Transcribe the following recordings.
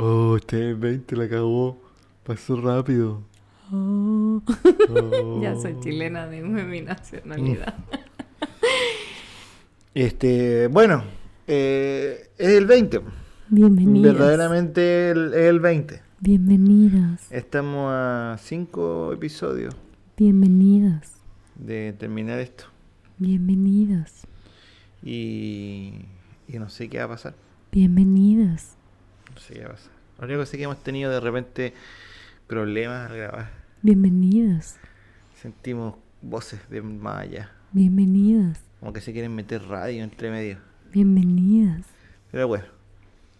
Oh, este 2020 la cagó. Pasó rápido. Oh. Oh. Ya soy chilena, dime mi nacionalidad. Este, bueno, eh, es el 20. Mm. Bienvenidos. Verdaderamente el- es el 20. Bienvenidas. Estamos a 5 episodios Bienvenidas. de terminar esto. Bienvenidas. Y, y no sé qué va a pasar. Bienvenidas. No sé qué va a pasar. Lo único que sé que hemos tenido de repente problemas al grabar. Bienvenidas. Sentimos voces de más allá. Bienvenidas. Como que se quieren meter radio entre medio. Bienvenidas. Pero bueno,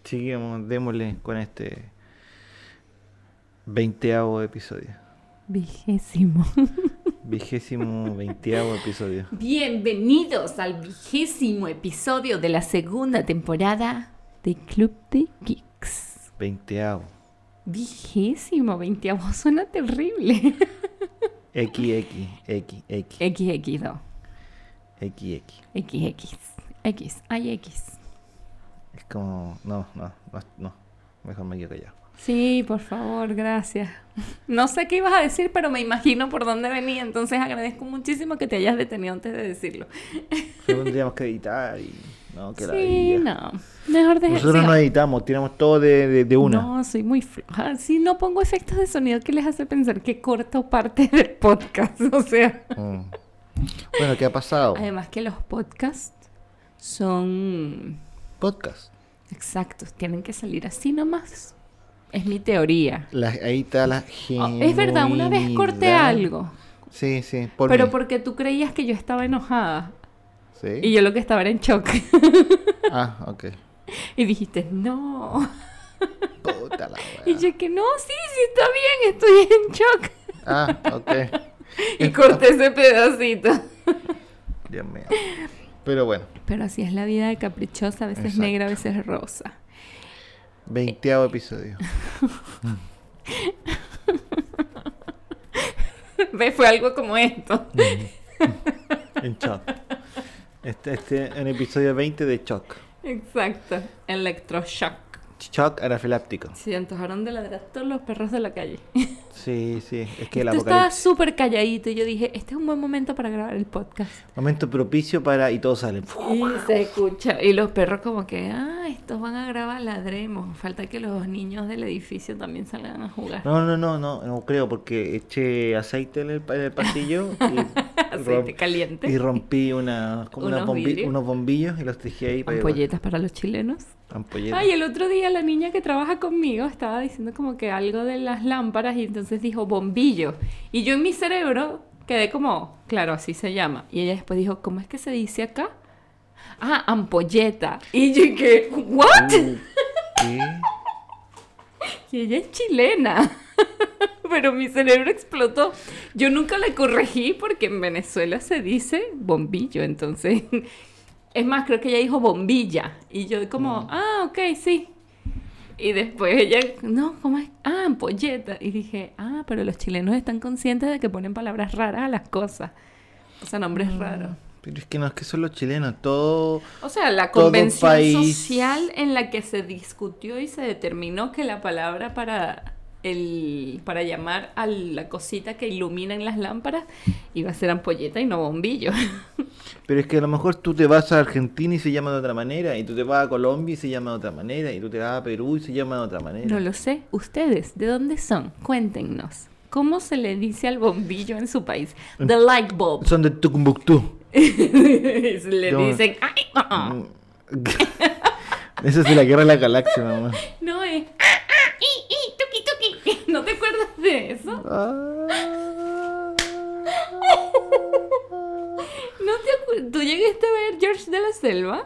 sigamos, démosle con este 20 episodio. Vigésimo. Vigésimo veinteavo episodio. Bienvenidos al vigésimo episodio de la segunda temporada de Club de Geeks. Veinteavo. Vigésimo, veintiavo, suena terrible. XX, X, X, XX, no. X. XX. X, hay X. Es como, no, no, no, no. Mejor me quedo callado. Sí, por favor, gracias. No sé qué ibas a decir, pero me imagino por dónde venía, entonces agradezco muchísimo que te hayas detenido antes de decirlo. Solo tendríamos que editar y. No, que la Sí, vida. no. Mejor dejar. Nosotros no editamos, tiramos todo de, de, de una. No, soy muy floja. Ah, Sí, no pongo efectos de sonido que les hace pensar que corto parte del podcast. O sea, Mm. Bueno, ¿qué ha pasado? además que los podcasts son Podcast. exactos, tienen que salir así nomás. Es mi teoría. La- ahí está la Oh, es verdad, una vez corté genuinidad. algo, Sí, sí, por pero mí. porque tú creías que yo estaba enojada Sí. y yo lo que estaba era en shock. Ah, ok. y dijiste, no. Puta la Y wea. yo que no, sí, sí, está bien, estoy en shock. Ah, ok. Y corté ese pedacito. Dios mío. Pero bueno, Pero así es la vida de caprichosa, a veces Exacto. negra, a veces rosa. veinteavo episodio. Ve, Fue algo como esto. En shock. Este es este, un episodio 20 de shock. Exacto. Electroshock. Shock anafiláptico. Se antojaron de ladrar todos los perros de la calle. Sí, sí. Es que el Esto estaba apocalipsis. súper calladito y yo dije, este es un buen momento para grabar el podcast. Momento propicio para. Y todos salen. Y se escucha. Y los perros como que, ah, estos van a grabar, ladremos. Falta que los niños del edificio también salgan a jugar. No, no, no, no, no creo porque eché aceite en el, pa- en el pasillo y, Aceite rom- caliente. y rompí una, como unas Unos bombi- vidrios. unos bombillos y los dejé ahí para Ampolletas para los chilenos. Ampolletas. Ay, el otro día la niña que trabaja conmigo estaba diciendo como que algo de las lámparas y entonces dijo bombillo. Y yo en mi cerebro quedé como, claro, así se llama. Y ella después dijo, ¿cómo es que se dice acá? Ah, ampolleta. Y yo que, ¿what? Uh, ¿qué? Y ella es chilena. Pero mi cerebro explotó. Yo nunca la corregí porque en Venezuela se dice bombillo, entonces. Es más, creo que ella dijo bombilla. Y yo como, ah, ok, sí. Y después ella, no, ¿cómo es? Ah, ampolleta. Y dije, ah, pero los chilenos están conscientes de que ponen palabras raras a las cosas. O sea, nombres raros. Pero es que no es que son los chilenos, todo. O sea, la Todo convención país- social en la que se discutió y se determinó que la palabra para el para llamar a la cosita que ilumina en las lámparas iba a ser ampolleta y no bombillo. Pero es que a lo mejor tú te vas a Argentina y se llama de otra manera, y tú te vas a Colombia y se llama de otra manera, y tú te vas a Perú y se llama de otra manera. No lo sé. Ustedes, ¿de dónde son? Cuéntenos. ¿Cómo se le dice al bombillo en su país? The light bulb. Son de Tucumbuctú. le Yo- dicen, "Ay, ah, ah". Mm. Esa es de la guerra de la galaxia, mamá. No es. "Ah, ah, i, i, tuki, tuki". ¿No te acuerdas de eso? ¿No te acuer- ¿Tú llegaste a ver George de la Selva?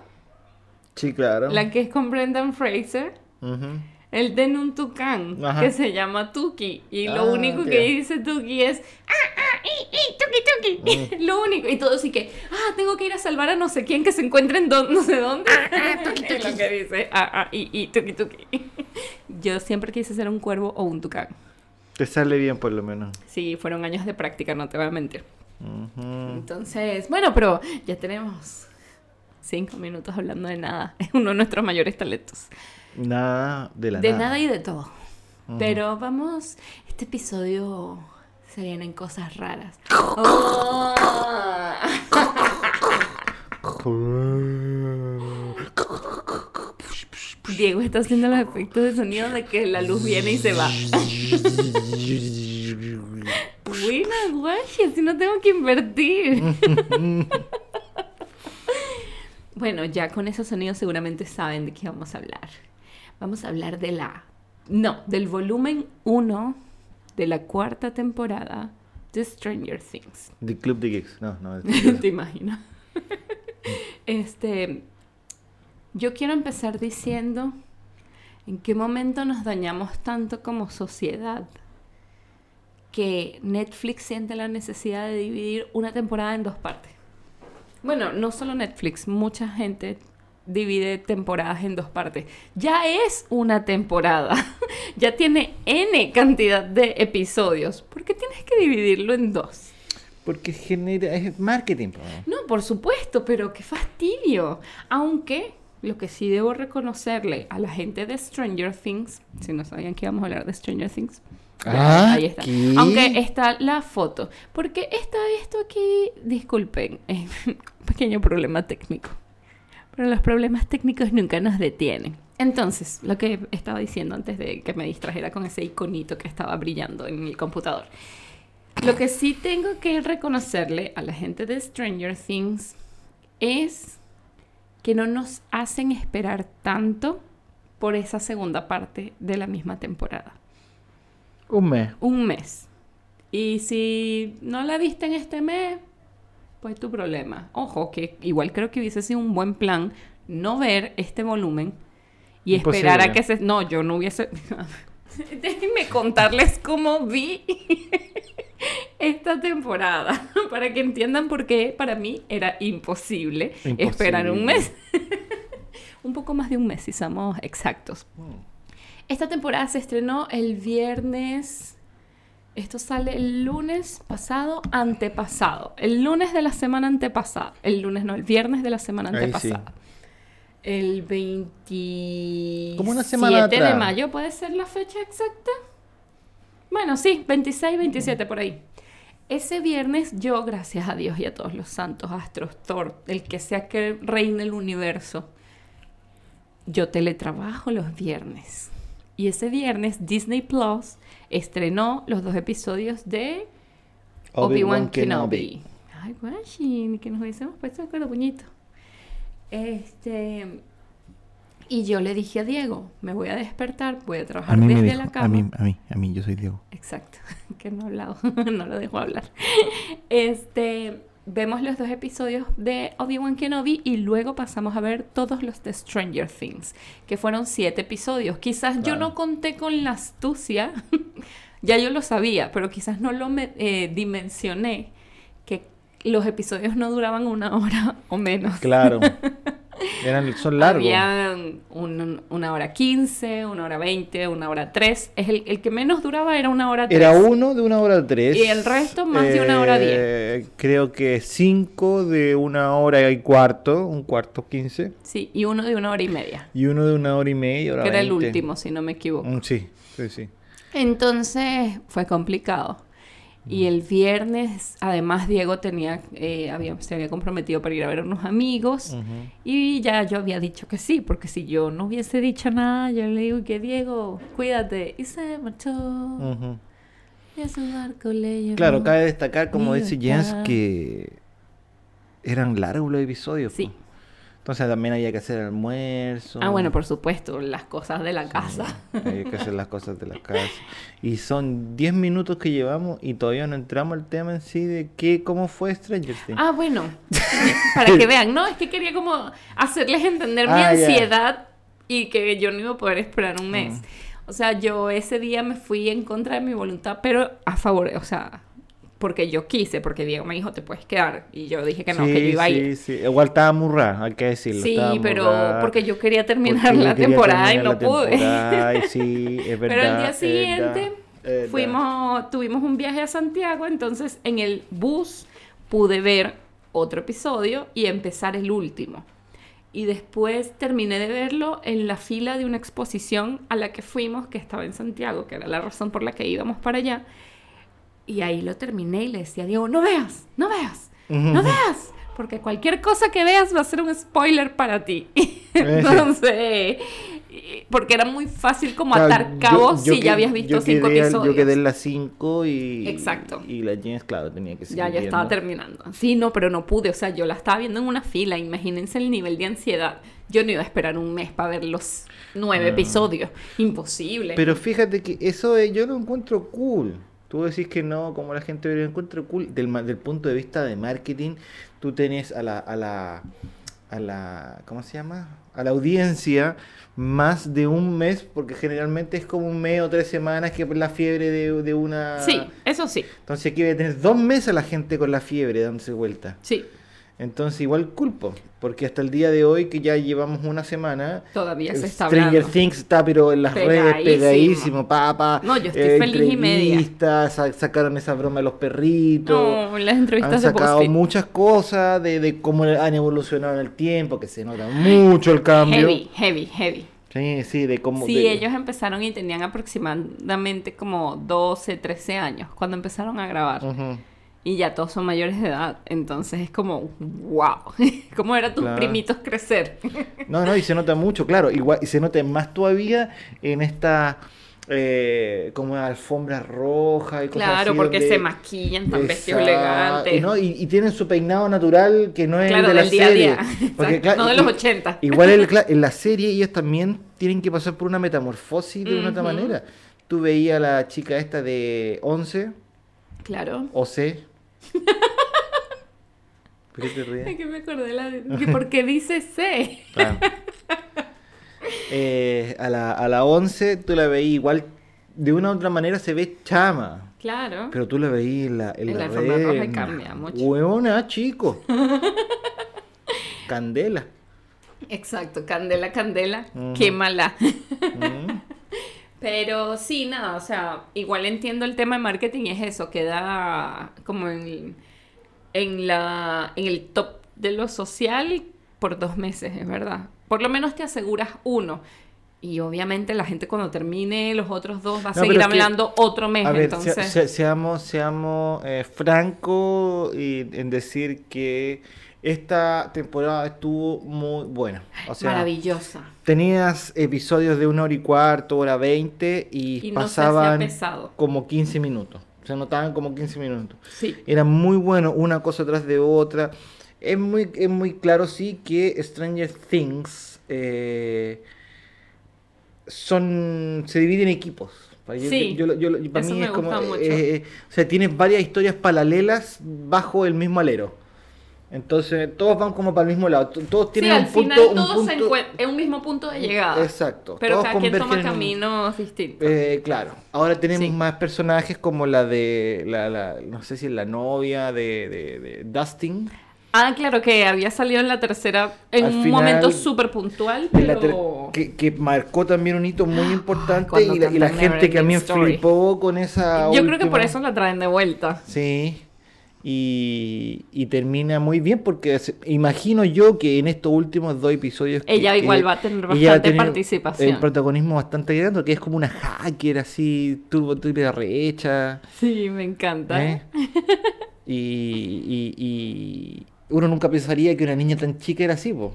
Sí, claro. La que es con Brendan Fraser. Ujú. Él tiene un tucán Ajá. que se llama Tuki. Y Ah, lo único ya. que dice Tuki es. "Ah, ah, i, i, tuki, tuki". Mm. Lo único. Y todo así que. Ah, tengo que ir a salvar a no sé quién que se encuentre en don- no sé dónde. Es lo que dice. Ah, ah, i, i, tuki, tuki. Yo siempre quise ser un cuervo o un tucán. Te sale bien, por lo menos. Sí, fueron años de práctica, no te voy a mentir. Ujú. Entonces, bueno, pero ya tenemos cinco minutos hablando de nada. Es uno de nuestros mayores talentos. Nada de la de nada. nada y de todo. Pero vamos, este episodio se vienen cosas raras. Oh. Diego está haciendo los efectos de sonido de que la luz viene y se va. Buena, guay, así no tengo que invertir. bueno, ya con esos sonidos seguramente saben de qué vamos a hablar. Vamos a hablar de la... No, del volumen 1 de la cuarta temporada de Stranger Things. The Club de Geeks. No, no. es- Te imagino. este, yo quiero empezar diciendo en qué momento nos dañamos tanto como sociedad que Netflix siente la necesidad de dividir una temporada en dos partes. Bueno, no solo Netflix, mucha gente divide temporadas en dos partes. Ya es una temporada, ya tiene N cantidad de episodios. ¿Por qué tienes que dividirlo en dos? Porque genera. Es marketing, po. No, por supuesto, pero qué fastidio. Aunque lo que sí debo reconocerle a la gente de Stranger Things, si no sabían que íbamos a hablar de Stranger Things, ya, Ah, ahí está. ¿qué? Aunque está la foto. Porque está esto aquí, disculpen, es un pequeño problema técnico. Pero los problemas técnicos nunca nos detienen. Entonces, lo que estaba diciendo antes de que me distrajera con ese iconito que estaba brillando en mi computador. Lo que sí tengo que reconocerle a la gente de Stranger Things es que no nos hacen esperar tanto por esa segunda parte de la misma temporada. Un mes. Un mes. Y si no la viste en este mes, pues tu problema. Ojo, que igual creo que hubiese sido un buen plan no ver este volumen y esperar a Imposible. que se... No, yo no hubiese... Déjenme contarles cómo vi esta temporada para que entiendan por qué para mí era imposible, Imposible. esperar un mes. un poco más de un mes, si somos exactos. Esta temporada se estrenó el viernes. Esto sale el lunes pasado, antepasado. El lunes de la semana antepasada. El lunes no, el viernes de la semana Ahí sí. antepasada. El 27 Como una semana de atrás. mayo, ¿puede ser la fecha exacta? Bueno, sí, 26, 27, por ahí. Ese viernes yo, gracias a Dios y a todos los santos astros, Thor, el que sea que reine el universo, yo teletrabajo los viernes. Y ese viernes Disney Plus estrenó los dos episodios de Obi-Wan Kenobi. Ay, guachi, ni que nos hubiésemos puesto de acuerdo, puñito. Este... Y yo le dije a Diego, me voy a despertar, voy a trabajar A mí me desde dijo. la cama. A mí, a mí, a mí, yo soy Diego. Exacto, que no he hablado, no lo dejo hablar. Este, vemos los dos episodios de Obi-Wan Kenobi y luego pasamos a ver todos los de Stranger Things, que fueron siete episodios. Quizás yo Claro. no conté con la astucia, ya yo lo sabía, pero quizás no lo me- eh, dimensioné, que los episodios no duraban una hora o menos. Claro. Eran, son largos. Habían un- una hora quince, una hora veinte, una hora tres. Es el, el que menos duraba era una hora tres. Era uno de una hora tres. Y el resto más de una hora diez. Creo que cinco de una hora y cuarto, un cuarto quince. Sí, y uno de una hora y media. Y uno de una hora y media, hora que era el 20. último, si no me equivoco. Mm, Sí, sí, sí. Entonces fue complicado. Mm. Y el viernes, además, Diego tenía, eh, había, se había comprometido para ir a ver a unos amigos. Ujú. Y ya yo había dicho que sí, porque si yo no hubiese dicho nada, yo le digo que Diego, cuídate. Y se marchó. Ujú. Y a su barco le llevó. Mm. Claro, cabe destacar, como dice Jens, Libertad. que eran largos los episodios. Sí. po. Entonces también había que hacer almuerzo. Ah, bueno, por supuesto, las cosas de la casa. Había que hacer las cosas de la casa. Y son 10 minutos que llevamos y todavía no entramos al tema en sí de qué, cómo fue Stranger Things. Ah, bueno. Para que vean, no, es que quería como hacerles entender mi Ah, ya. Mm. ansiedad y que yo no iba a poder esperar un mes. O sea, yo ese día me fui en contra de mi voluntad, pero a favor, o sea, porque yo quise, porque Diego me dijo, te puedes quedar. Y yo dije que no, que yo iba a sí, ir. sí. Igual estaba murra, hay que decirlo. Sí, estaba pero murra, porque yo quería porque terminar yo la quería temporada y terminar no la pude. temporada, y sí, es verdad. Pero el día es siguiente verdad, es verdad. fuimos, tuvimos un viaje a Santiago, entonces en el bus pude ver otro episodio y empezar el último. y después terminé de verlo en la fila de una exposición a la que fuimos, que estaba en Santiago, que era la razón por la que íbamos para allá. Y ahí lo terminé y le decía a Diego, no veas, no veas, no veas, porque cualquier cosa que veas va a ser un spoiler para ti. Eh. Entonces, y- porque era muy fácil como Claro, atar yo- cabos yo si que- ya habías visto yo cinco quedé al- episodios. Yo quedé en las 5 y. Exacto. Y la James, claro, tenía que seguir. Ya, ya estaba viendo. terminando. Sí, no, pero no pude. O sea, yo la estaba viendo en una fila. Imagínense el nivel de ansiedad. Yo no iba a esperar un mes para ver los nueve Ah. episodios. Imposible. Pero fíjate que eso eh, yo lo encuentro cool. Tú decís que no, como la gente lo encuentra cool. Del, ma- del punto de vista de marketing, tú tenés a la, a la, a la, ¿cómo se llama? A la audiencia más de un mes, porque generalmente es como un mes o tres semanas que es la fiebre de, de una... Sí, eso sí. Entonces aquí voy a tener dos meses a la gente con la fiebre dándose vuelta. Sí, Entonces igual culpo, porque hasta el día de hoy que ya llevamos una semana, todavía se está Stranger hablando. Things está pero en las redes Pegadísimo. pegadísimo, papá. No, yo estoy feliz y media. sacaron esa broma de los perritos. No, las Han entrevistas de sacado BuzzFeed. muchas cosas de, de cómo han evolucionado en el tiempo, que se nota mucho el cambio. Heavy, heavy, heavy. Sí, sí, de cómo Sí, de- ellos empezaron y tenían aproximadamente como 12, 13 años cuando empezaron a grabar. Ujú. Y ya todos son mayores de edad. Entonces es como, wow. ¿Cómo eran tus Claro. primitos crecer? No, no, y se nota mucho, claro. Igual, y se nota más todavía en esta eh, como alfombra roja y cosas Claro, así, porque donde- se maquillan tan vestidos Exacto. elegantes. Y, no, y- y tienen su peinado natural que no es claro, el de la del día a serie. día. Porque, Exacto, claro, no de y- los 80. Igual el- cla- en la serie ellos también tienen que pasar por una metamorfosis de una otra Ujú. manera. Tú veías a la chica esta de 11, Claro. o C. ¿Por qué te Ay, ríes? que me acordé la de... que ¿Por qué dice C? Ah. Eh, a, la, a la 11 tú la veías igual, de una u otra manera se ve chama. Claro. Pero tú la veías en la, en En la la alfombra roja red, cambia mucho. Hueona, chico. Candela. Exacto, candela, candela, Ujú. quémala. Mm. Pero sí, nada, o sea, igual entiendo el tema de marketing y es eso, queda como en, en, la, en el top de lo social por dos meses, es verdad. Por lo menos te aseguras uno. Y obviamente la gente cuando termine los otros dos va a No, seguir pero es que- hablando otro mes, A ver, se- entonces... se- seamos, seamos eh, francos y- en decir que esta temporada estuvo muy buena. O sea, Maravillosa. tenías episodios de una hora y cuarto, hora veinte y, Y no se hacía pasaban pesado. como 15 minutos. Se notaban como 15 minutos. Sí. Era muy bueno, una cosa tras de otra. Es muy, es muy claro, sí, que Stranger Things eh, son se dividen en equipos. Pa- yo- Sí, yo- yo- yo- yo- pa' eso mí me es como, gusta mucho. eh, eh, o sea, tienes varias historias paralelas bajo el mismo alero. Entonces, todos van como para el mismo lado. to- Todos Sí, tienen al un punto. final un todos se punto- encuentran en un mismo punto de llegada. Exacto. Pero todos cada quien convergen toma en un- caminos distintos. eh, claro, ahora tenemos Sí. más personajes como la de, la, la- no sé si es la novia de, de- de Dustin. Ah, claro que había salido en la tercera en Al un final, momento súper puntual, en la ter- pero que, que marcó también un hito muy importante cuando y la, y la cantan gente que a mí me Neverending Story. flipó con esa... yo creo que por última- eso la traen de vuelta. Sí, y, y termina muy bien porque se- imagino yo que en estos últimos dos episodios... que- Ella que igual va a tener ella bastante tener participación. El protagonismo bastante grande, que es como una hacker así, turbo, turbo, recha. Sí, me encanta. ¿Eh? Y, y- y uno nunca pensaría que una niña tan chica era así, po.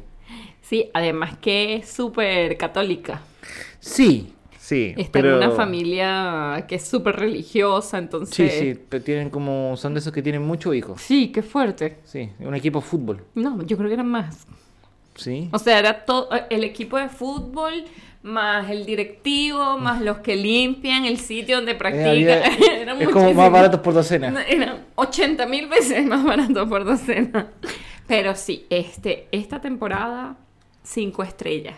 Sí, además que es súper católica. Sí, sí. Está en una familia que es súper religiosa, entonces... Sí, sí, pero tienen como, son de esos que tienen muchos hijos. Sí, qué fuerte. Sí, un equipo de fútbol, No, yo creo que eran más. sí. O sea, era todo el equipo de fútbol, más el directivo, más los que limpian el sitio donde practican. Eh, había- Era es como muchísimo. más baratos por docena. Era 80 mil veces más barato por docena. Pero sí, este, esta temporada, cinco estrellas.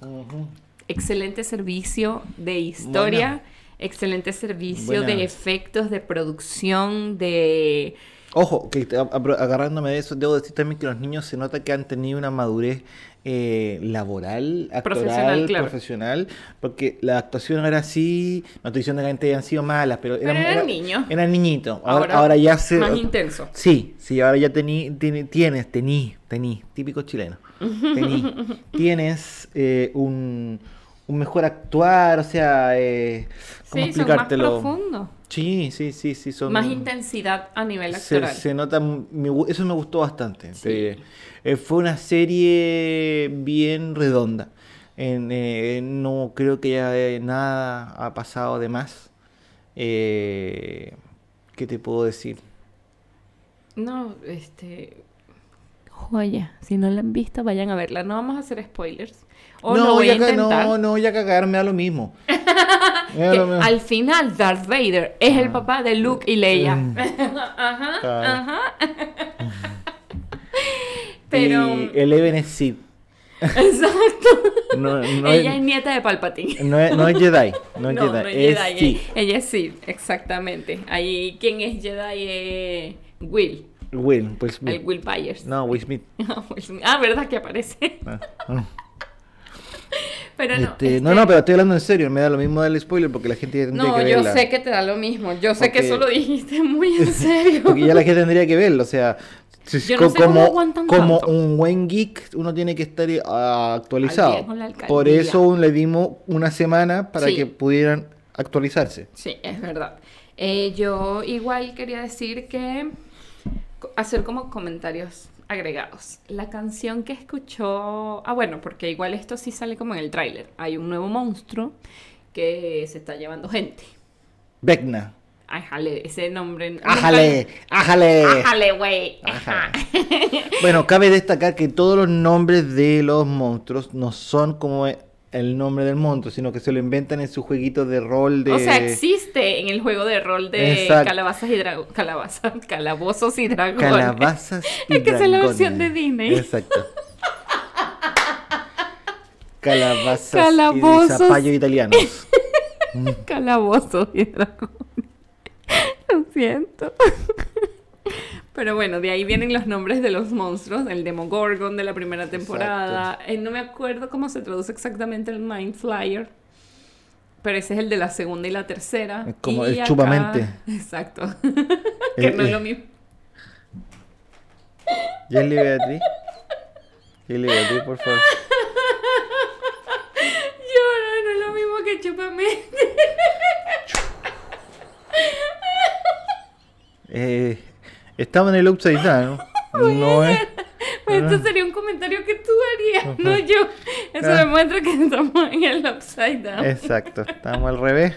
Ujú. Excelente servicio de historia, Buena. excelente servicio Buena. de efectos, de producción, de Ojo, que te- a- apro- agarrándome de eso, debo decir también que los niños se nota que han tenido una madurez eh, laboral, actoral, Profesional, profesional, claro. porque la actuación era así, no estoy diciendo que antes hayan sido malas, pero, Pero eran niños. Eran niñitos. Ahora, Ahora, ahora ya se... Más intenso. Sí, sí, ahora ya tení, teni- tienes, tení, tení, típico chileno. Tení, tienes eh, un, un mejor actuar, o sea, eh, ¿cómo Sí, son más explicártelo? profundos. Sí, sí, sí, sí, son... Más intensidad a nivel Se, actoral. se nota, me gu- eso me gustó bastante. Sí. Eh, eh, fue una serie bien redonda. En, eh, no creo que ya eh, nada ha pasado de más. Eh, ¿Qué te puedo decir? No, este. Joya. Si no la han visto, vayan a verla. No vamos a hacer spoilers. O no, voy a ya ca- intentar. no, no, ya cagar me da lo mismo. Me da que lo mismo. al final, Darth Vader es el papá de Luke y Leia. Mm. ajá, Ah. Claro. ajá. Pero. Y eh, Eleven es Sith. Exacto. No, no Ella es es, nieta de Palpatine. no, es, no es Jedi. No es Jedi. No, no es es Jedi, Sith. Ella, ella es Sith, exactamente. Ahí, ¿quién es Jedi? Eh, Will. Will, pues Smith. El Will Byers. No, Will Smith. ah, ¿verdad que aparece? Ah, ah. Pero no. Este, no, este- no, pero estoy hablando en serio. Me da lo mismo del spoiler porque la gente ya tendría No, que yo verla. sé que te da lo mismo. Yo sé que Porque- eso lo dijiste muy en serio. Porque ya la gente tendría que verla. O sea, si- Yo no co- sé cómo aguantan como tanto. un buen geek, uno tiene que estar eh, Al día actualizado. con la alcaldía. Por eso le dimos una semana para Sí. que pudieran actualizarse. Sí, es verdad. Eh, yo igual quería decir que co- hacer como comentarios agregados. La canción que escuchó, ah bueno, porque igual esto sí sale como en el tráiler. Hay un nuevo monstruo que se está llevando gente. Vecna. Ájale, ese nombre. Ájale, eh. ájale. Ájale, güey. Ajá. Bueno, cabe destacar que todos los nombres de los monstruos no son como el nombre del monstruo, sino que se lo inventan en su jueguito de rol de... O sea, existe en el juego de rol de Exacto. calabazas y dragones. Calabazas, calabozos y dragones. Calabazas y Es que esa es la dragones. versión de Disney. Exacto. Calabazas Calabozos. y zapallo italianos. Calabozos y dragones. Lo siento. Pero bueno, de ahí vienen los nombres de los monstruos, el Demogorgon de la primera temporada. Eh, no me acuerdo cómo se traduce exactamente el Mind Flyer, pero ese es el de la segunda y la tercera. Es como Y el chupamente. Exacto. que Eh, no es eh. lo mismo. Yeli Beatriz. Yeli Beatriz, por favor. Llora, no es lo mismo que chupamente. Eh, estamos en el Upside Down. No es... Pues esto Ah. sería un comentario que tú harías, no yo. Eso Ah. demuestra que estamos en el upside down. Exacto, estamos al revés.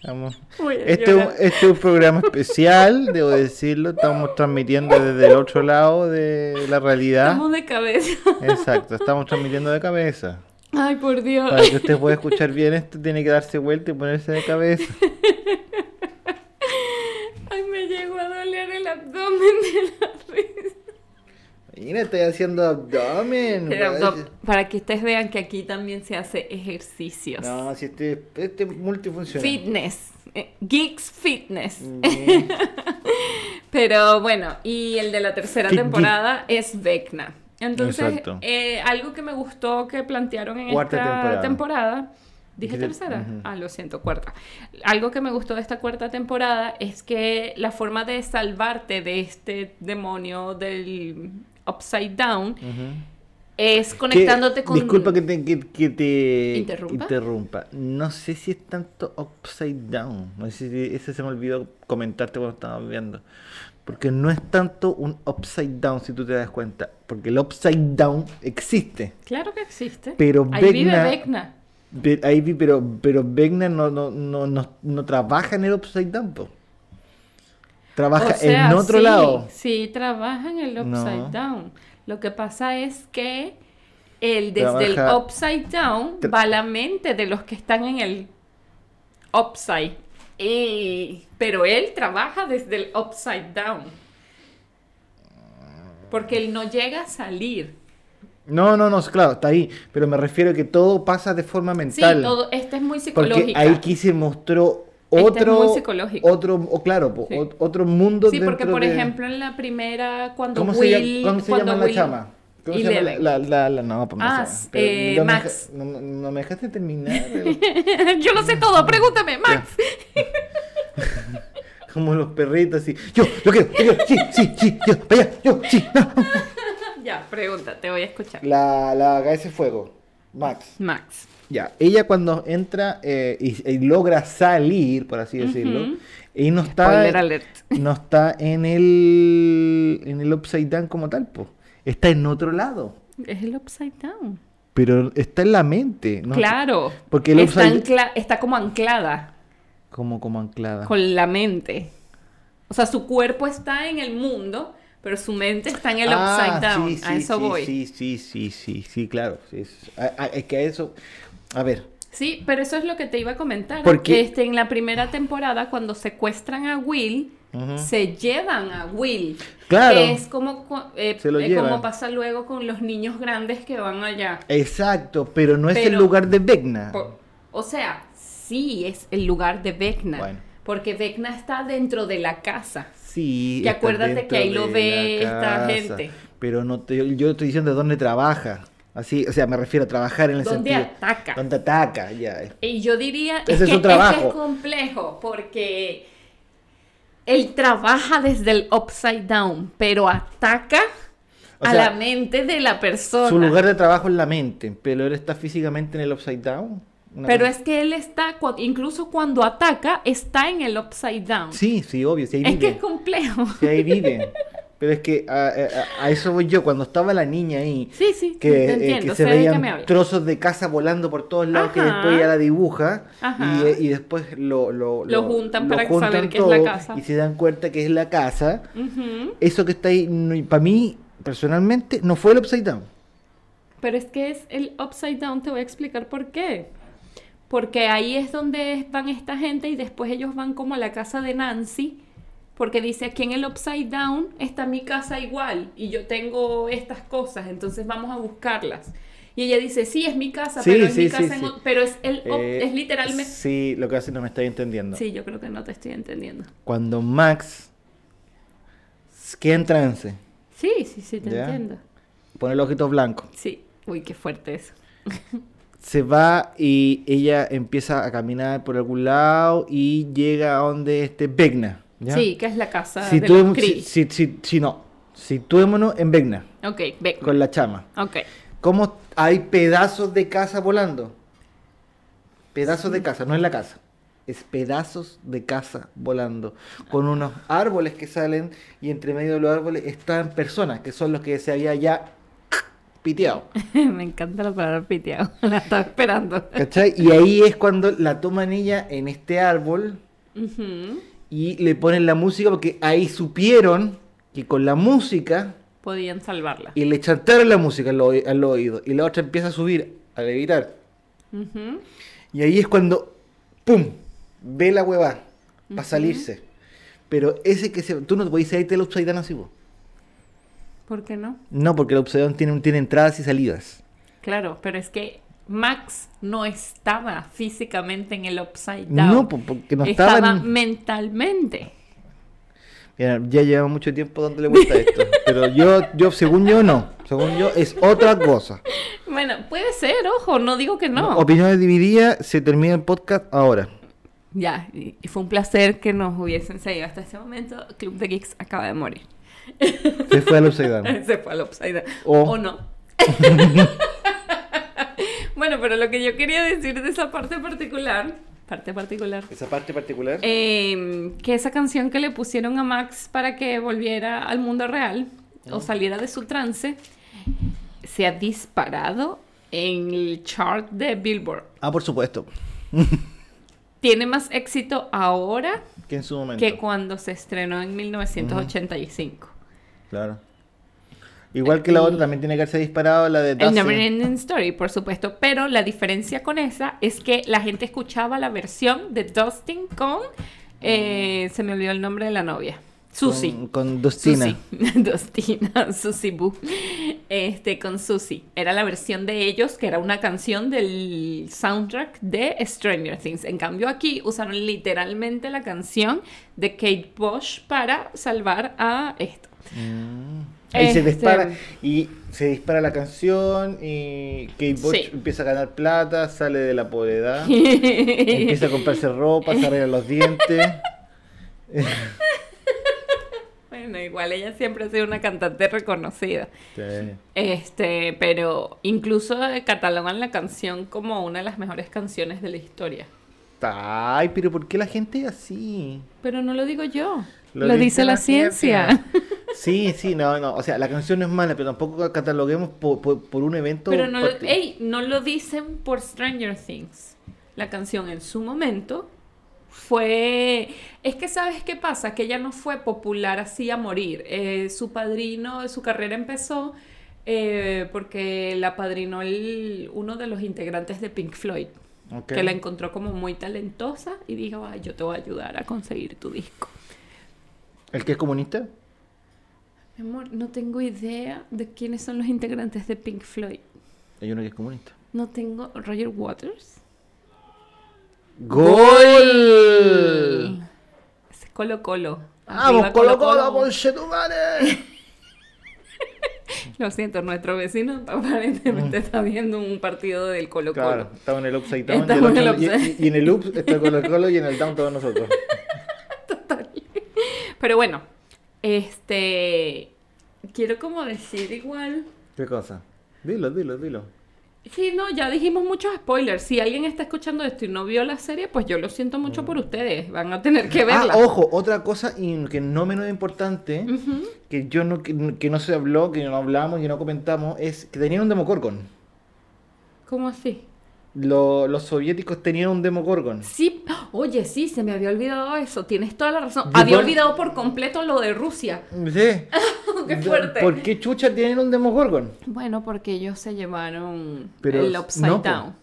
Estamos... Voy a Este, es un- llorar. este es un programa especial, debo decirlo. Estamos transmitiendo desde el otro lado de la realidad. Estamos de cabeza. Exacto, estamos transmitiendo de cabeza. Ay, por Dios. Para que usted pueda escuchar bien esto, tiene que darse vuelta y ponerse de cabeza. Ay, me llegó a doler el abdomen de la risa. Mira, estoy haciendo abdomen. El parece. abdom- Para que ustedes vean que aquí también se hace ejercicios. No, si este, este es multifuncional. Fitness. Eh, Geeks Fitness. Mm. Pero bueno, y el de la tercera Fit Geek. temporada es Vecna. Entonces, Exacto. eh, algo que me gustó que plantearon en Cuarta esta temporada. temporada. Dije Dijiste- tercera. ujú. Ah, lo siento, cuarta. Algo que me gustó de esta cuarta temporada es que la forma de salvarte de este demonio del Upside Down Ujú. es conectándote Que- con. Disculpa que te, que- que te ¿Interrumpa? interrumpa. No sé si es tanto upside down. No sé si ese se me olvidó comentarte cuando estábamos viendo. Porque no es tanto un upside down si tú te das cuenta. Porque el upside down existe. Claro que existe. Pero Ahí vive Vecna- Vecna. Ve- Ahí vi, pero, pero Vecna no, no, no, no, no trabaja en el upside down. po. Trabaja O sea, en otro sí, lado. Sí, trabaja en el No. upside down. Lo que pasa es que el, desde el Trabaja- upside down Tra- va la mente de los que están en el upside. Y- pero él trabaja desde el upside down. Porque él no llega a salir. No, no, no, claro, está ahí. Pero me refiero a que todo pasa de forma Sí, mental. todo, este es muy Porque psicológico. ahí aquí se mostró Este es otro, muy psicológico. otro, o claro, po, Sí. ot- otro mundo. Sí, porque dentro por de- ejemplo en la primera, cuando ¿Cómo, se, Will... llama, cómo se cuando llama la Will- chama? ¿Cómo y se llama Leven. la, la, la- no, pues no Ah, sé, s- pero eh, no me Max. deja- no, no me dejaste terminar. Yo lo sé todo, pregúntame, Max. Como los perritos así. Yo, yo quiero, yo quiero, sí, sí, sí, yo, para allá, yo, sí. no. Ya, pregunta, te voy a escuchar. La, la de ese fuego, Max. Max. Ya, ella cuando entra eh, y, y logra salir, por así decirlo, Ujú. y no está, Spoiler alert. no está en el en el upside down como tal, po. está en otro lado, Es el upside down. pero está en la mente, ¿no? claro. porque el está, upside- ancla- está como anclada como como anclada. con la mente. O sea, su cuerpo está en el mundo, pero su mente está en el Ah, upside down. sí, a sí, eso sí, voy. Sí, sí, sí, sí, sí, claro. sí, es, a- a- es que a eso, a ver, Sí, pero eso es lo que te iba a comentar. Porque- Este, en la primera temporada, cuando secuestran a Will, Ujú. se llevan a Will. Claro. Que es como, cu- eh, Se lo eh, como llevan. pasa luego con los niños grandes que van allá. exacto, pero no es el Pero- lugar de Vecna. Por- o sea, sí es el lugar de Vecna. Bueno. Porque Vecna está dentro de la casa. Sí. Que está acuérdate que dentro ahí lo de ve la esta casa, gente. Pero no te, yo estoy diciendo dónde trabaja. Así, o sea, me refiero a trabajar en el Donde sentido. ataca. Donde ataca, ya. eh. Y yo diría Ese es que, su trabajo. que es complejo porque él trabaja desde el upside down, pero ataca O a sea, la mente de la persona. Su lugar de trabajo es la mente, pero él está físicamente en el upside down. Una Pero cosa- es que él está, cua- incluso cuando ataca, está en el upside down. Sí, sí, obvio, sí, ahí es vive. que es complejo. Sí, ahí vive. Pero es que a, a- a eso voy yo. Cuando estaba la niña ahí, Sí, sí, que, te eh, que entiendo. se sé de qué veían me hablas. trozos de casa volando por todos lados, que Ajá. después ella la dibuja Ajá. y, eh, y después lo, lo, Lo juntan para saber que es la casa. Y se dan cuenta que es la casa. Ujú. Eso que está ahí, para mí, personalmente, no fue el Upside Down. Pero es que es el upside down, te voy a explicar por qué. Porque ahí es donde es- van esta gente y después ellos van como a la casa de Nancy, porque dice, aquí en el upside down está mi casa igual y yo tengo estas cosas, entonces vamos a buscarlas. Y ella dice, sí, es mi casa, Sí, pero es sí, mi sí, casa, en sí. o- pero es el, up- Eh, Oh, es literalmente... Sí, lo que hace no me está entendiendo. Sí, yo creo que no te estoy entendiendo. Cuando Max queda en trance, Sí, sí, sí, te Ya. entiendo. pone el ojito blanco. Sí, uy, qué fuerte eso. se va y ella empieza a caminar por algún lado y llega a donde este Vecna. ¿ya? Sí, que es la casa si de tú los si, Kree. si, si- si no, situémonos en Vecna, Ok, ve. con la chama. Ok. ¿Cómo hay pedazos de casa volando? Pedazos de casa, no es la casa. Es pedazos de casa volando. Con Ah. unos árboles que salen y entre medio de los árboles están personas que son los que se había ya piteado. Me encanta la palabra piteado. La estaba esperando. ¿Cachai? Y ahí es cuando la toman ella en este árbol Ujú. y le ponen la música porque ahí supieron que con la música Podían salvarla. y le chantaron la música al, oí- al oído y la otra empieza a subir, a levitar. Ujú. Y ahí es cuando, ¡pum! Ve la hueva para salirse. Pero ese que se... Tú no podés salirte del upside down así, po. ¿Por qué no? No, porque el upside down tiene, tiene entradas y salidas. Claro, pero es que Max no estaba físicamente en el upside down. No, po, porque no estaba estaban... mentalmente. Mira, ya lleva mucho tiempo dándole vuelta a esto. Pero yo, yo, según yo, no. Según yo, es otra cosa. Bueno, puede ser, ojo, no digo que no. Opiniones divididas, se termina el podcast ahora. ya, y y fue un placer que nos hubiesen seguido hasta este momento. Club de Geeks acaba de morir. Se fue al Upside Down. Se fue al upside down. O- O no. bueno, pero lo que yo quería decir de esa parte particular, parte particular, Esa parte particular. eh, que esa canción que le pusieron a Max para que volviera al mundo real o saliera de su trance, se ha disparado en el chart de Billboard. Ah, por supuesto. Tiene más éxito ahora Que en su momento. que cuando se estrenó en 1985. Claro. Igual que la otra también tiene que haberse disparado, la de El Dazzle. Never Ending Story, por supuesto, pero la diferencia con esa es que la gente escuchaba la versión de Dustin con, eh, se me olvidó el nombre de la novia, Susi. Con, con Dostina. Susi. Dostina, Susi Bu. Este, con Susi. Era la versión de ellos, que era una canción del soundtrack de Stranger Things. En cambio, aquí usaron literalmente la canción de Kate Bosch para salvar a esto. Mm. Ahí se Este- dispara y se dispara la canción y Kate Bush Sí. empieza a ganar plata, sale de la pobreza, empieza a comprarse ropa, se arregla los dientes. Bueno, igual ella siempre ha sido una cantante reconocida. Sí. Este, pero incluso catalogan la canción como una de las mejores canciones de la historia. Ay, pero ¿por qué la gente es así? Pero no lo digo yo, lo, dice la, ciencia. Sí, sí, no, no. O sea, la canción no es mala, pero tampoco la cataloguemos por, por- por un evento. Pero no lo, parti- ey, no lo dicen por Stranger Things. La canción en su momento fue... Es que sabes qué pasa, que ella no fue popular así a morir. Eh, su padrino, su carrera empezó eh, porque la padrinó el- uno de los integrantes de Pink Floyd. Ok. que la encontró como muy talentosa y dijo, "Ay, yo te voy a ayudar a conseguir tu disco. ¿El que es comunista? Mi amor, no tengo idea de quiénes son los integrantes de Pink Floyd. Hay uno que es comunista. No tengo Roger Waters. ¡Gol! Ese es Colo Colo. ¡Vamos, Arriba, Colo Colo, Conchetumare! Lo siento, nuestro vecino aparentemente está viendo un partido del Colo Colo. Mm. Claro, estaba en el upside down. Estaba y, el en el otro- y- upside. y- y en el ups está Colo Colo y en el down todos nosotros. Pero bueno, este... Quiero como decir igual... ¿Qué cosa? Dilo, dilo, dilo. Sí, no, ya dijimos muchos spoilers. Si alguien está escuchando esto y no vio la serie, pues yo lo siento mucho por ustedes. Van a tener que Mm. Ah, verla. ojo, otra cosa y que no menos importante, Ujú. que yo no que, que no se habló, que no hablamos, que no comentamos, es que tenían un Demogorgon. ¿Cómo así? Lo- los soviéticos tenían un Demogorgon. Sí, oye, sí, se me había olvidado eso. Tienes toda la razón. Yo había igual- olvidado por completo lo de Rusia. Sí. Oh, ¡Qué fuerte! ¿Por qué chucha tienen un Demogorgon? Bueno, porque ellos se llevaron Pero el Upside no, po. Down.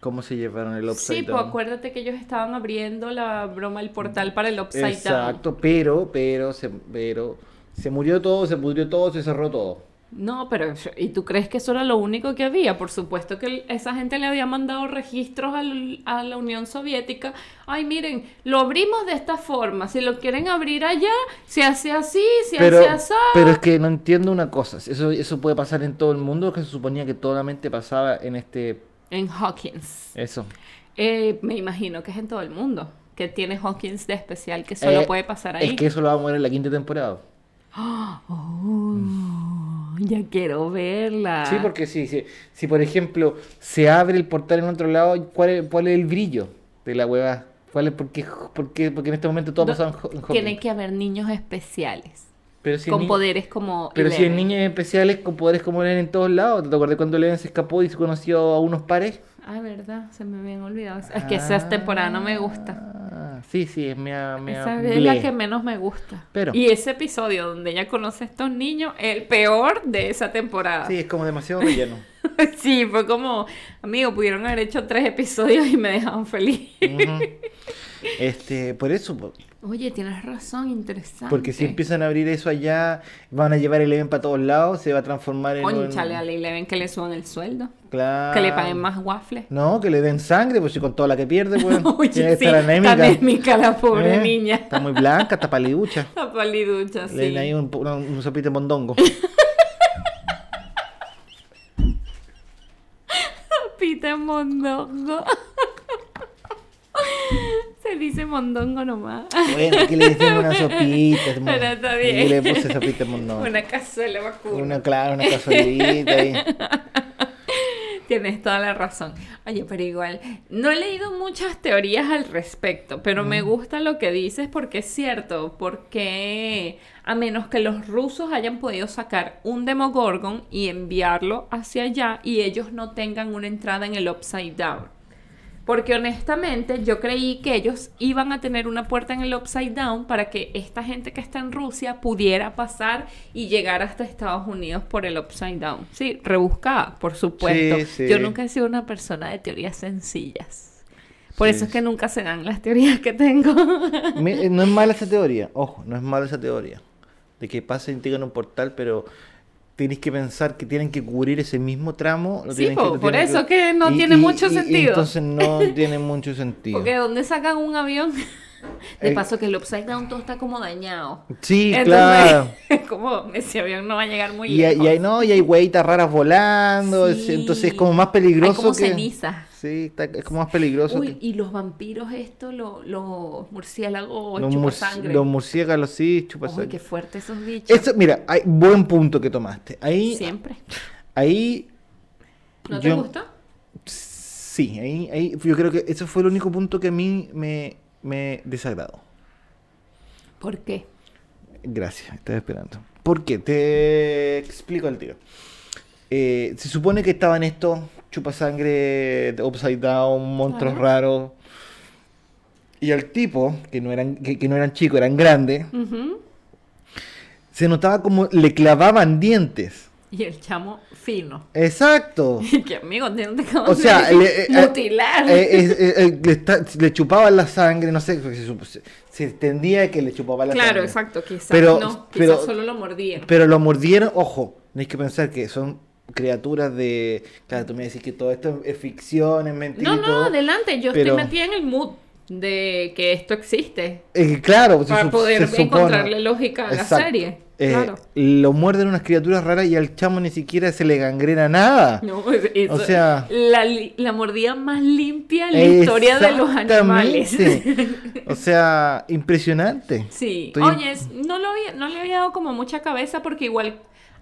¿Cómo se llevaron el upside Sí, down? pues acuérdate que ellos estaban abriendo la broma, el portal para el Upside Down. Exacto, pero, pero, se, pero, se murió todo, se pudrió todo, se cerró todo. No, pero ¿y tú crees que eso era lo único que había? Por supuesto que el- esa gente le había mandado registros al- a la Unión Soviética. Ay, miren, lo abrimos de esta forma. Si lo quieren abrir allá, se hace así, se pero, hace así. pero es que no entiendo una cosa. Eso, eso puede pasar en todo el mundo, que se suponía que solamente pasaba en este. En Hawkins. Eso. Eh, me imagino que es en todo el mundo. Que tiene Hawkins de especial que solo Eh, puede pasar ahí. Es que eso lo vamos a ver en la quinta temporada. Oh, ya quiero verla. Sí, porque sí, sí. si por ejemplo se abre el portal en otro lado, ¿cuál es, cuál es el brillo de la hueva? ¿Cuál es, por, qué, por qué- porque en este momento todo ha No, pasado en Ho- en Hawkins. Tiene que haber niños especiales. Pero si el con niño- poderes como. Pero si hay Eleven. niños especiales con poderes como Eren en todos lados. ¿Te acuerdas cuando Eren se escapó y se conoció a unos pares? Ah, verdad, se me habían olvidado. Es que esa temporada no me gusta. Ah, Sí, sí, es mea, mea Esa es la bleh. que menos me gusta. Pero- Y ese episodio donde ella conoce a estos niños, el peor de esa temporada. Sí, es como demasiado relleno. Sí, fue como, amigo, pudieron haber hecho tres episodios y me dejaban feliz. Ujú. Este, por eso, po- Oye, tienes razón, interesante. porque si empiezan a abrir eso allá, van a llevar el Eleven para todos lados, se va a transformar en Ah. un... Conchale a Ley Leven que le suban el sueldo. Claro. Que le paguen más waffles. No, que le den sangre, pues si con toda la que pierde, pues Oye, tiene que sí, estar anémica. está anémica la pobre Eh, niña. Está muy blanca, está paliducha. La paliducha, Le den ahí sí. un, un, un sopito de mondongo. Pita mondongo. Se dice mondongo nomás. Bueno, que le hicimos una sopita. hermano. Pero está Y le bien. puse sopita mondongo. Una, Una cazuela vacuna. claro, una casualita ahí. Tienes toda la razón. Oye, pero igual, no he leído muchas teorías al respecto, pero Mm. me gusta lo que dices porque es cierto, porque a menos que los rusos hayan podido sacar un demogorgon y enviarlo hacia allá y ellos no tengan una entrada en el upside down. Porque honestamente yo creí que ellos iban a tener una puerta en el upside down para que esta gente que está en Rusia pudiera pasar y llegar hasta Estados Unidos por el upside down. Sí, rebuscada, por supuesto. Sí, sí. Yo nunca he sido una persona de teorías sencillas. Por Sí, eso es sí. que nunca se dan las teorías que tengo. Me- eh, no es mala esa teoría, ojo, no es mala esa teoría. De que pasa y integran un portal, pero tienes que pensar que tienen que cubrir ese mismo tramo. lo Sí, tienen po, lo por tienen eso que no tiene mucho sentido. entonces no tiene mucho sentido. Porque ¿dónde sacan un avión? De Eh, paso que el upside down todo está como dañado. Sí, Entonces, claro. como ese avión no va a llegar muy Y, hay- y lejos. hay, no, y hay hueitas raras volando, es- entonces es Sí. como más peligroso Hay como que... ceniza. Sí, está- es como más peligroso Uy, que... y los vampiros esto, lo- los murciélagos, Los, murci- chupasangre. los murciélagos, sí, chupa Uy, qué sangre. fuerte esos bichos. Eso, mira, hay buen punto que tomaste. Ahí, Siempre. ahí ¿No te yo- gustó? Sí, ahí, ahí yo creo que ese fue el único punto que a mí me, me desagradó. ¿Por qué? Gracias, estaba esperando. ¿Por qué? Te explico al tiro. Eh, se supone que estaban estos chupasangre, upside down, monstruos Claro. raros. Y al tipo, que no eran, que, que no eran chicos, eran grandes, Ujú. se notaba como le clavaban dientes. Y el chamo fino. Exacto. que amigo, ¿de dónde acabas O sea, de le, eh, eh, mutilar? eh, eh, eh, eh, le, está- le chupaban la sangre, no sé, porque se, supo- se- se entendía que le chupaban la claro, sangre. exacto, quizás Pero- no, quizás pero- solo lo mordían. Pero lo mordieron, ojo, no hay que pensar que son criaturas de... Claro, tú me decís que todo esto es ficción, es mentira. No, y todo. no, adelante, yo pero- estoy metida en el mood de que esto existe. Eh, claro, se Para sup- se poder supone- encontrarle lógica a la Exacto. serie. Eh, Claro. Lo muerden unas criaturas raras y al chamo ni siquiera se le gangrena nada. No, es- es- O sea- la, li- la mordida más limpia en la historia de los animales. Exactamente. o sea, impresionante. sí. Estoy- Oye, es- no, lo había- no le había dado como mucha cabeza porque igual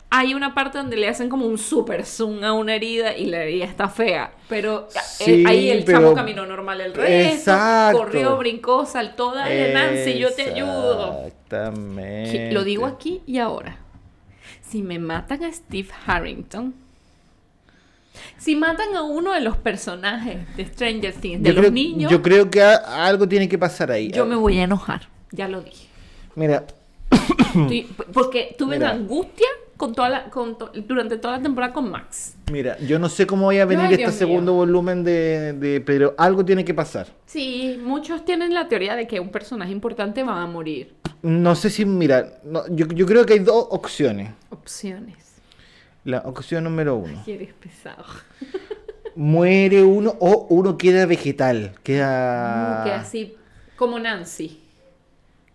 hay una parte donde le hacen como un super zoom a una herida y la herida está fea. Pero eh, Sí, ahí el pero- chamo caminó normal el resto. Exacto. Corrió, brincó, saltó, dale Nancy, yo te ayudo. Exactamente. Que- Lo digo aquí y ahora. Si me matan a Steve Harrington, si matan a uno de los personajes de Stranger Things, de Yo los creo- niños, Yo creo que a- algo tiene que pasar ahí. yo me voy a enojar. Ya lo dije. Mira, Estoy- porque tuve Mira. una angustia con toda la, con to- durante toda la temporada con Max. mira, yo no sé cómo vaya a venir Ay, este Dios mío. segundo volumen de, de- Pero algo tiene que pasar. Sí, muchos tienen la teoría de que un personaje importante va a morir. No sé si, mira, no, yo, yo creo que hay dos opciones. Opciones. La opción número uno. Y eres pesado. Muere uno o uno queda vegetal. Queda... Que así, como Nancy.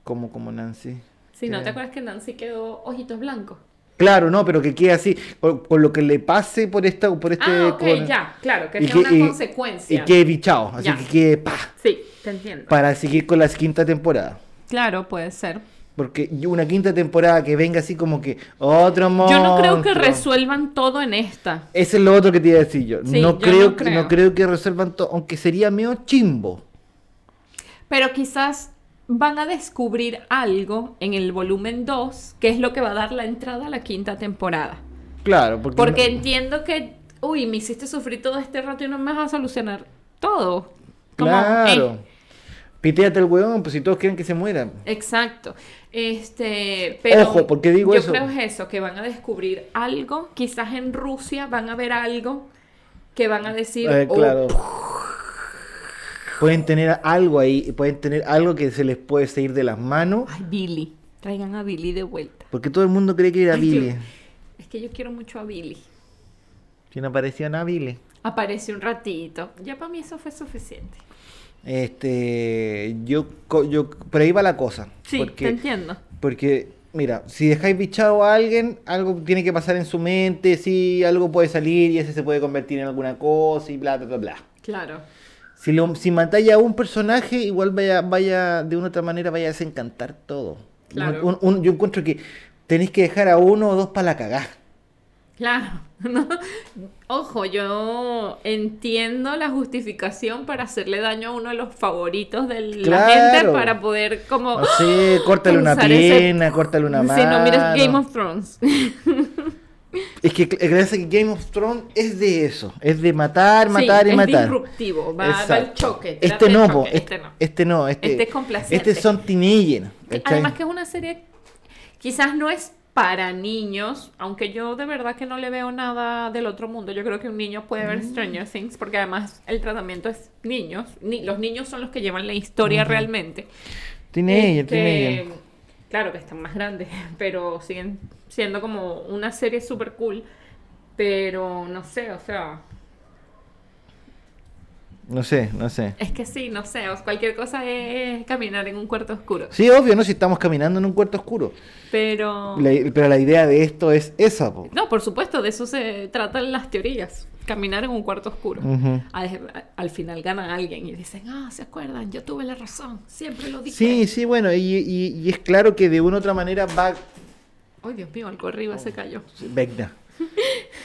Como, como Nancy. Si no, Queda- ¿te acuerdas que Nancy quedó ojitos blancos? Claro, no, pero que quede así. Con, con lo que le pase por esta... Por este, Ah, ok, con- ya, claro, que y sea que- una y- consecuencia. Y quede bichado. Así Ya. que quede... pa, Sí, te entiendo. para seguir con la quinta temporada. Claro, puede ser. Porque yo- una quinta temporada que venga así como que otro monstruo. Yo no creo que resuelvan todo en esta. Ese es lo otro que te iba a decir yo. Sí, no, yo creo, no que- creo. no creo que resuelvan todo, aunque sería medio chimbo. Pero quizás van a descubrir algo en el volumen 2, que es lo que va a dar la entrada a la quinta temporada. Claro, porque, Porque no- entiendo que, uy, me hiciste sufrir todo este rato y no me vas a solucionar todo. Como, claro. eh, Piteate el huevón, pues si todos quieren que se muera. Exacto. Este, pero Ojo, ¿por qué digo yo eso? creo es eso, que van a descubrir algo, quizás en Rusia van a ver algo que van a decir, Eh, "Oh, claro. Pueden tener algo ahí, pueden tener algo que se les puede salir de las manos, ay, Billy, traigan a Billy de vuelta. porque todo el mundo cree que era Ay, yo- Billy. Es que yo quiero mucho a Billy. Si no aparecía nada Billy. Apareció un ratito. Ya para mí eso fue suficiente. Este, yo, co- yo, por ahí va la cosa. Sí, porque, te entiendo. Porque, mira, si dejáis bichado a alguien, algo tiene que pasar en su mente, sí, algo puede salir y ese se puede convertir en alguna cosa y bla, bla, bla, bla. Claro. Si, lo, si matáis a un personaje, igual vaya, vaya, de una u otra manera, vaya a desencantar todo. Claro. Un- un- yo encuentro que tenéis que dejar a uno o dos para la cagá. Claro. No. Ojo, yo entiendo la justificación para hacerle daño a uno de los favoritos de la Claro. gente para poder como... No sé, córtale una Cruzar Oh. ese- pierna, córtale una mano. Si no, miras Game of Thrones. Es que cl- gracias a que Game of Thrones es de eso, es de matar, matar Sí, y es matar. disruptivo, va, va Exacto. al choque. Este terapia de no, choque, po, este no. Este no, este, Este es complaciente. Este son teenagers. ¿cachai? Además que es una serie, quizás no es para niños, aunque yo de verdad que no le veo nada del otro mundo. Yo creo que un niño puede Mm. ver Stranger Things porque además el tratamiento es niños. Ni, los niños son los que llevan la historia realmente. Teenager, Este, teenager. Claro que están más grandes, pero siguen siendo como una serie super cool. Pero no sé, o sea, No sé, no sé. es que sí, no sé, o sea, cualquier cosa es caminar en un cuarto oscuro. Sí, obvio, ¿no? Si estamos caminando en un cuarto oscuro. Pero... La- pero la idea de esto es esa, po. No, por supuesto, de eso se tratan las teorías. Caminar en un cuarto oscuro. Ujú. al, al final gana alguien y dicen, ah, ¿se acuerdan? Yo tuve la razón, siempre lo dije. Sí, sí, bueno, y, y- y es claro que de una u otra manera va... Ay, Dios mío, algo arriba se cayó. Vecna.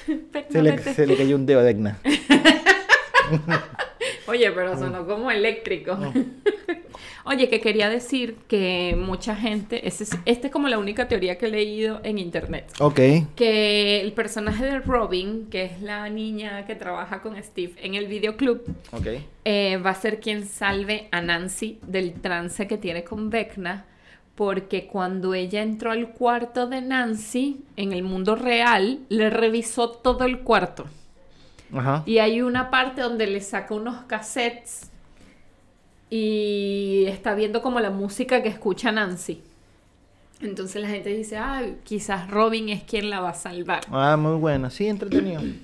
Se le, Tecnolete. se le cayó un dedo a Vecna. Oye, pero sonó como eléctrico. Oye, que quería decir que mucha gente, ese es- esta es como la única teoría que he leído en internet. Ok. Que el personaje de Robin, que es la niña que trabaja con Steve en el videoclub, Ok. eh, va a ser quien salve a Nancy del trance que tiene con Vecna, porque cuando ella entró al cuarto de Nancy, en el mundo real, le revisó todo el cuarto. Ajá. Y hay una parte donde le saca unos cassettes y está viendo como la música que escucha Nancy. Entonces la gente dice, ah, quizás Robin es quien la va a salvar. Ah, muy bueno. Sí, entretenido. Sí,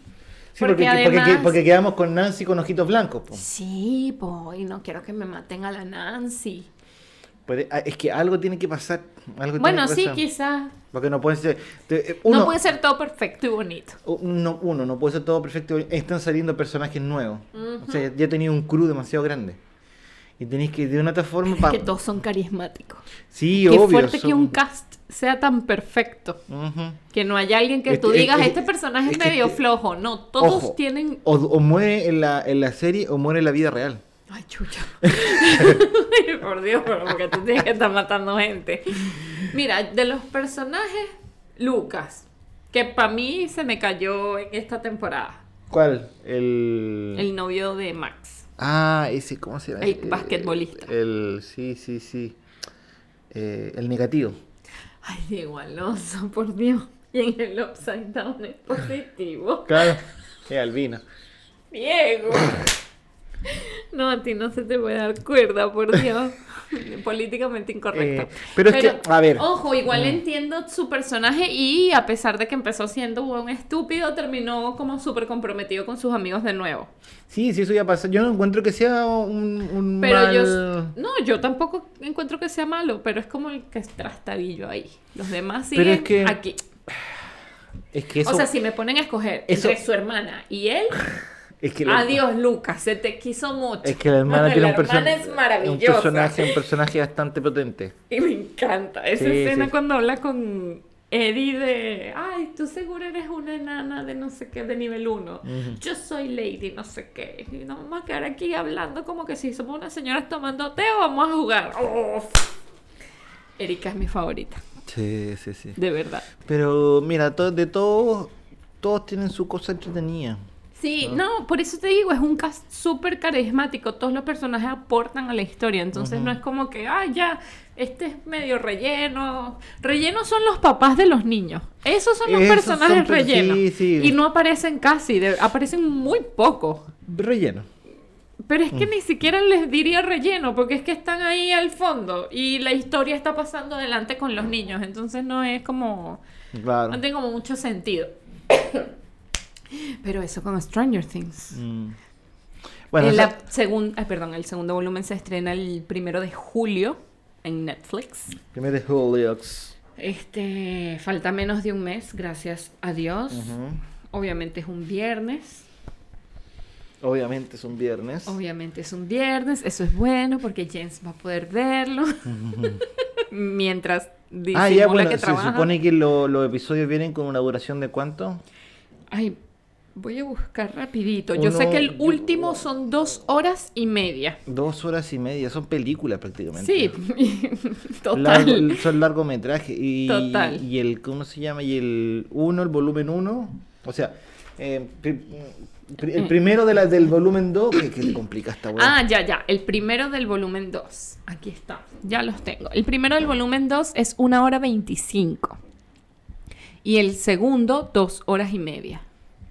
porque, Porque porque- porque- además- porque quedamos con Nancy con ojitos blancos. po. Sí, boy, no quiero que me maten a la Nancy. Puede- ah, es que algo tiene que pasar. Algo Bueno, tiene que sí, pasar. quizás Porque no puede ser. te- eh, Uno, No puede ser todo perfecto y bonito. u- no- uno, no puede ser todo perfecto. Están saliendo personajes nuevos. O sea, ya- ya tenéis un crew demasiado grande. Y tenéis que, de una otra forma. pa- Que todos son carismáticos. Sí, Qué obvio. fuerte que son- un cast sea tan perfecto. Ujú. Que no haya alguien que Este- tú digas, este- este personaje es este- medio flojo. No, todos Ojo, tienen... O, o muere en la, en la serie o muere en la vida real. Ay, chucha. Por Dios, pero porque tú tienes que estar matando gente. Mira, de los personajes, Lucas, que para mí se me cayó en esta temporada. ¿Cuál? El. El novio de Max. Ah, ese, ¿cómo se llama? Eh, El basquetbolista. El, sí, sí, sí. Eh, el negativo. Ay, Diego Alonso, por Dios. Y en el Upside Down es positivo. Claro. Es albino. Diego. No, a ti no se te puede dar cuerda, por Dios. Políticamente incorrecto. Eh, pero es que, a ver. Mm. Ojo, igual entiendo su personaje y a pesar de que empezó siendo un estúpido, terminó como súper comprometido con sus amigos de nuevo. Sí, sí, eso ya pasa. Yo no encuentro que sea un, un Pero mal... yo... No, yo tampoco encuentro que sea malo, pero es como el que es trastabillo ahí. Los demás Pero siguen es que aquí. Es que eso... o sea, si me ponen a escoger eso- entre su hermana y él, es que la- adiós Lucas, se te quiso mucho. Es que la hermana tiene un, person- hermana es un maravillosa. personaje, un personaje bastante potente. Y me encanta esa Sí, escena sí. cuando habla con Eddie de, ay, tú seguro eres una enana de no sé qué, de nivel 1. Ujú. Yo soy Lady, no sé qué. Y nos vamos a quedar aquí hablando como que si somos unas señoras tomando té o vamos a jugar. Oh. Erika es mi favorita, Sí, sí, sí. de verdad. Pero mira, to- de todos, todos tienen su cosa entretenida. Sí, no, por eso te digo, es un cast súper carismático. Todos los personajes aportan a la historia. Entonces no es como que, ah, ya, este es medio relleno. Relleno son los papás de los niños. Esos son los Esos personajes son per- rellenos. sí, sí. Y no aparecen casi, de- aparecen muy poco. Relleno. Pero Mm. es que ni siquiera les diría relleno, porque es que están ahí al fondo y la historia está pasando adelante con los niños. Entonces no es como. Claro. No tiene como mucho sentido. Pero eso con Stranger Things. Mm. Bueno, el, esa- la segun- ay, perdón, el segundo volumen se estrena el primero de julio en Netflix. primero es Holyoaks. Este, falta menos de un mes, gracias a Dios. Obviamente es un viernes. Obviamente es un viernes. Obviamente es un viernes. Eso es bueno porque Jens va a poder verlo. Mientras disimula Ah, ya, bueno, que se trabaja. supone que lo- los episodios vienen con una duración de cuánto? Ay, voy a buscar rapidito. Yo sé Uno- que el último son dos horas y media. Dos horas y media, son películas prácticamente. Sí, total. Largo- son largometrajes. Y, Total. y el, ¿cómo se llama? Y el 1, el volumen 1. O sea, eh, pri- pri- el primero de la, del volumen 2, que, que complica esta weá. Ah, ya, ya. El primero del volumen 2. Aquí está. Ya los tengo. El primero del volumen 2 es una hora 25. Y el segundo, dos horas y media.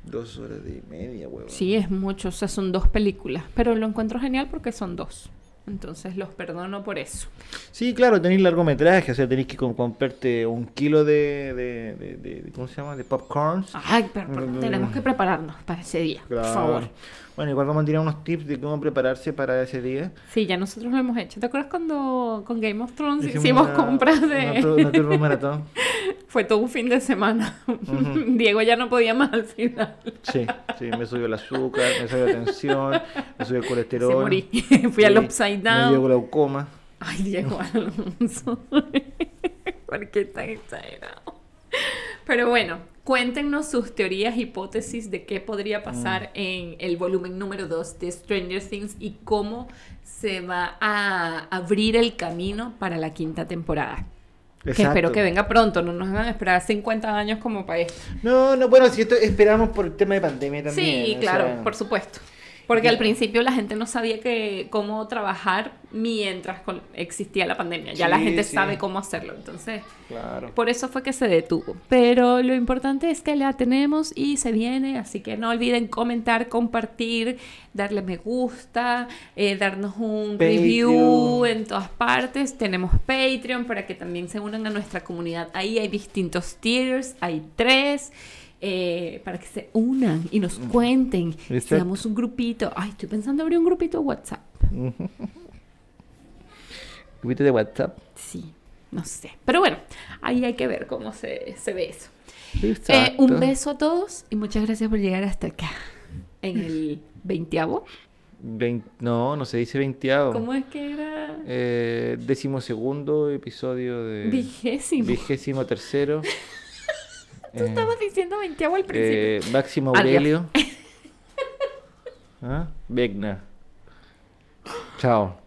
Dos horas y media, huevón. Sí, es mucho, o sea, son dos películas, pero lo encuentro genial porque son dos. Entonces los perdono por eso. Sí, claro, tenéis largometraje, o sea, tenéis que com- comprarte un kilo de, de- de- de- de- ¿Cómo se llama? De popcorns. Ay, pero, pero tenemos que prepararnos para ese día, Ah, por Mm. Claro. favor. Bueno, igual vamos a tirar unos tips de cómo prepararse para ese día. Sí, ya nosotros lo hemos hecho. ¿Te acuerdas cuando con Game of Thrones Hicimos hicimos una- compras Una, tur- una de... turbo maratón. Fue todo un fin de semana. Ujú. Diego ya no podía más al final. Sí, sí, me subió el azúcar, me subió la tensión, me subió el colesterol. Se morí. Fui al Sí, upside Me down. dio glaucoma. Ay, Diego Alonso. ¿Por qué tan exagerado? Pero bueno, cuéntenos sus teorías, hipótesis de qué Mm. podría pasar en el volumen número 2 de Stranger Things y cómo se va a abrir el camino para la quinta temporada. Que espero Exacto. que venga pronto, no nos hagan esperar 50 años como para esto. No, no, bueno, si esto esperamos por el tema de pandemia también. Sí, o claro, sea, por supuesto. Porque al Ya. principio la gente no sabía que, cómo trabajar mientras con- existía la pandemia. Ya la Sí, gente sí. sabe cómo hacerlo. Entonces, Claro. por eso fue que se detuvo. Pero lo importante es que la tenemos y se viene. Así que no olviden comentar, compartir, darle me gusta, eh, darnos un review Patreon. en todas partes. Tenemos Patreon para que también se unan a nuestra comunidad. Ahí hay distintos tiers, hay tres. eh, para que se unan y nos cuenten. Exacto. Seamos un grupito. Ay, estoy pensando abrir un grupito de WhatsApp. Grupito de WhatsApp. Sí, no sé. Pero bueno, ahí hay que ver cómo se, se ve eso. Eh, Exacto. un beso a todos y muchas gracias por llegar hasta acá. En el veinteavo. Vein- no, no se dice veinteavo. ¿Cómo es que era? Eh, décimo segundo episodio de. Vigésimo. Vigésimo tercero. Tú eh, estabas diciendo veinteavo al principio. eh, Máximo Adiós. Aurelio. ¿Ah? Vecna. Chao.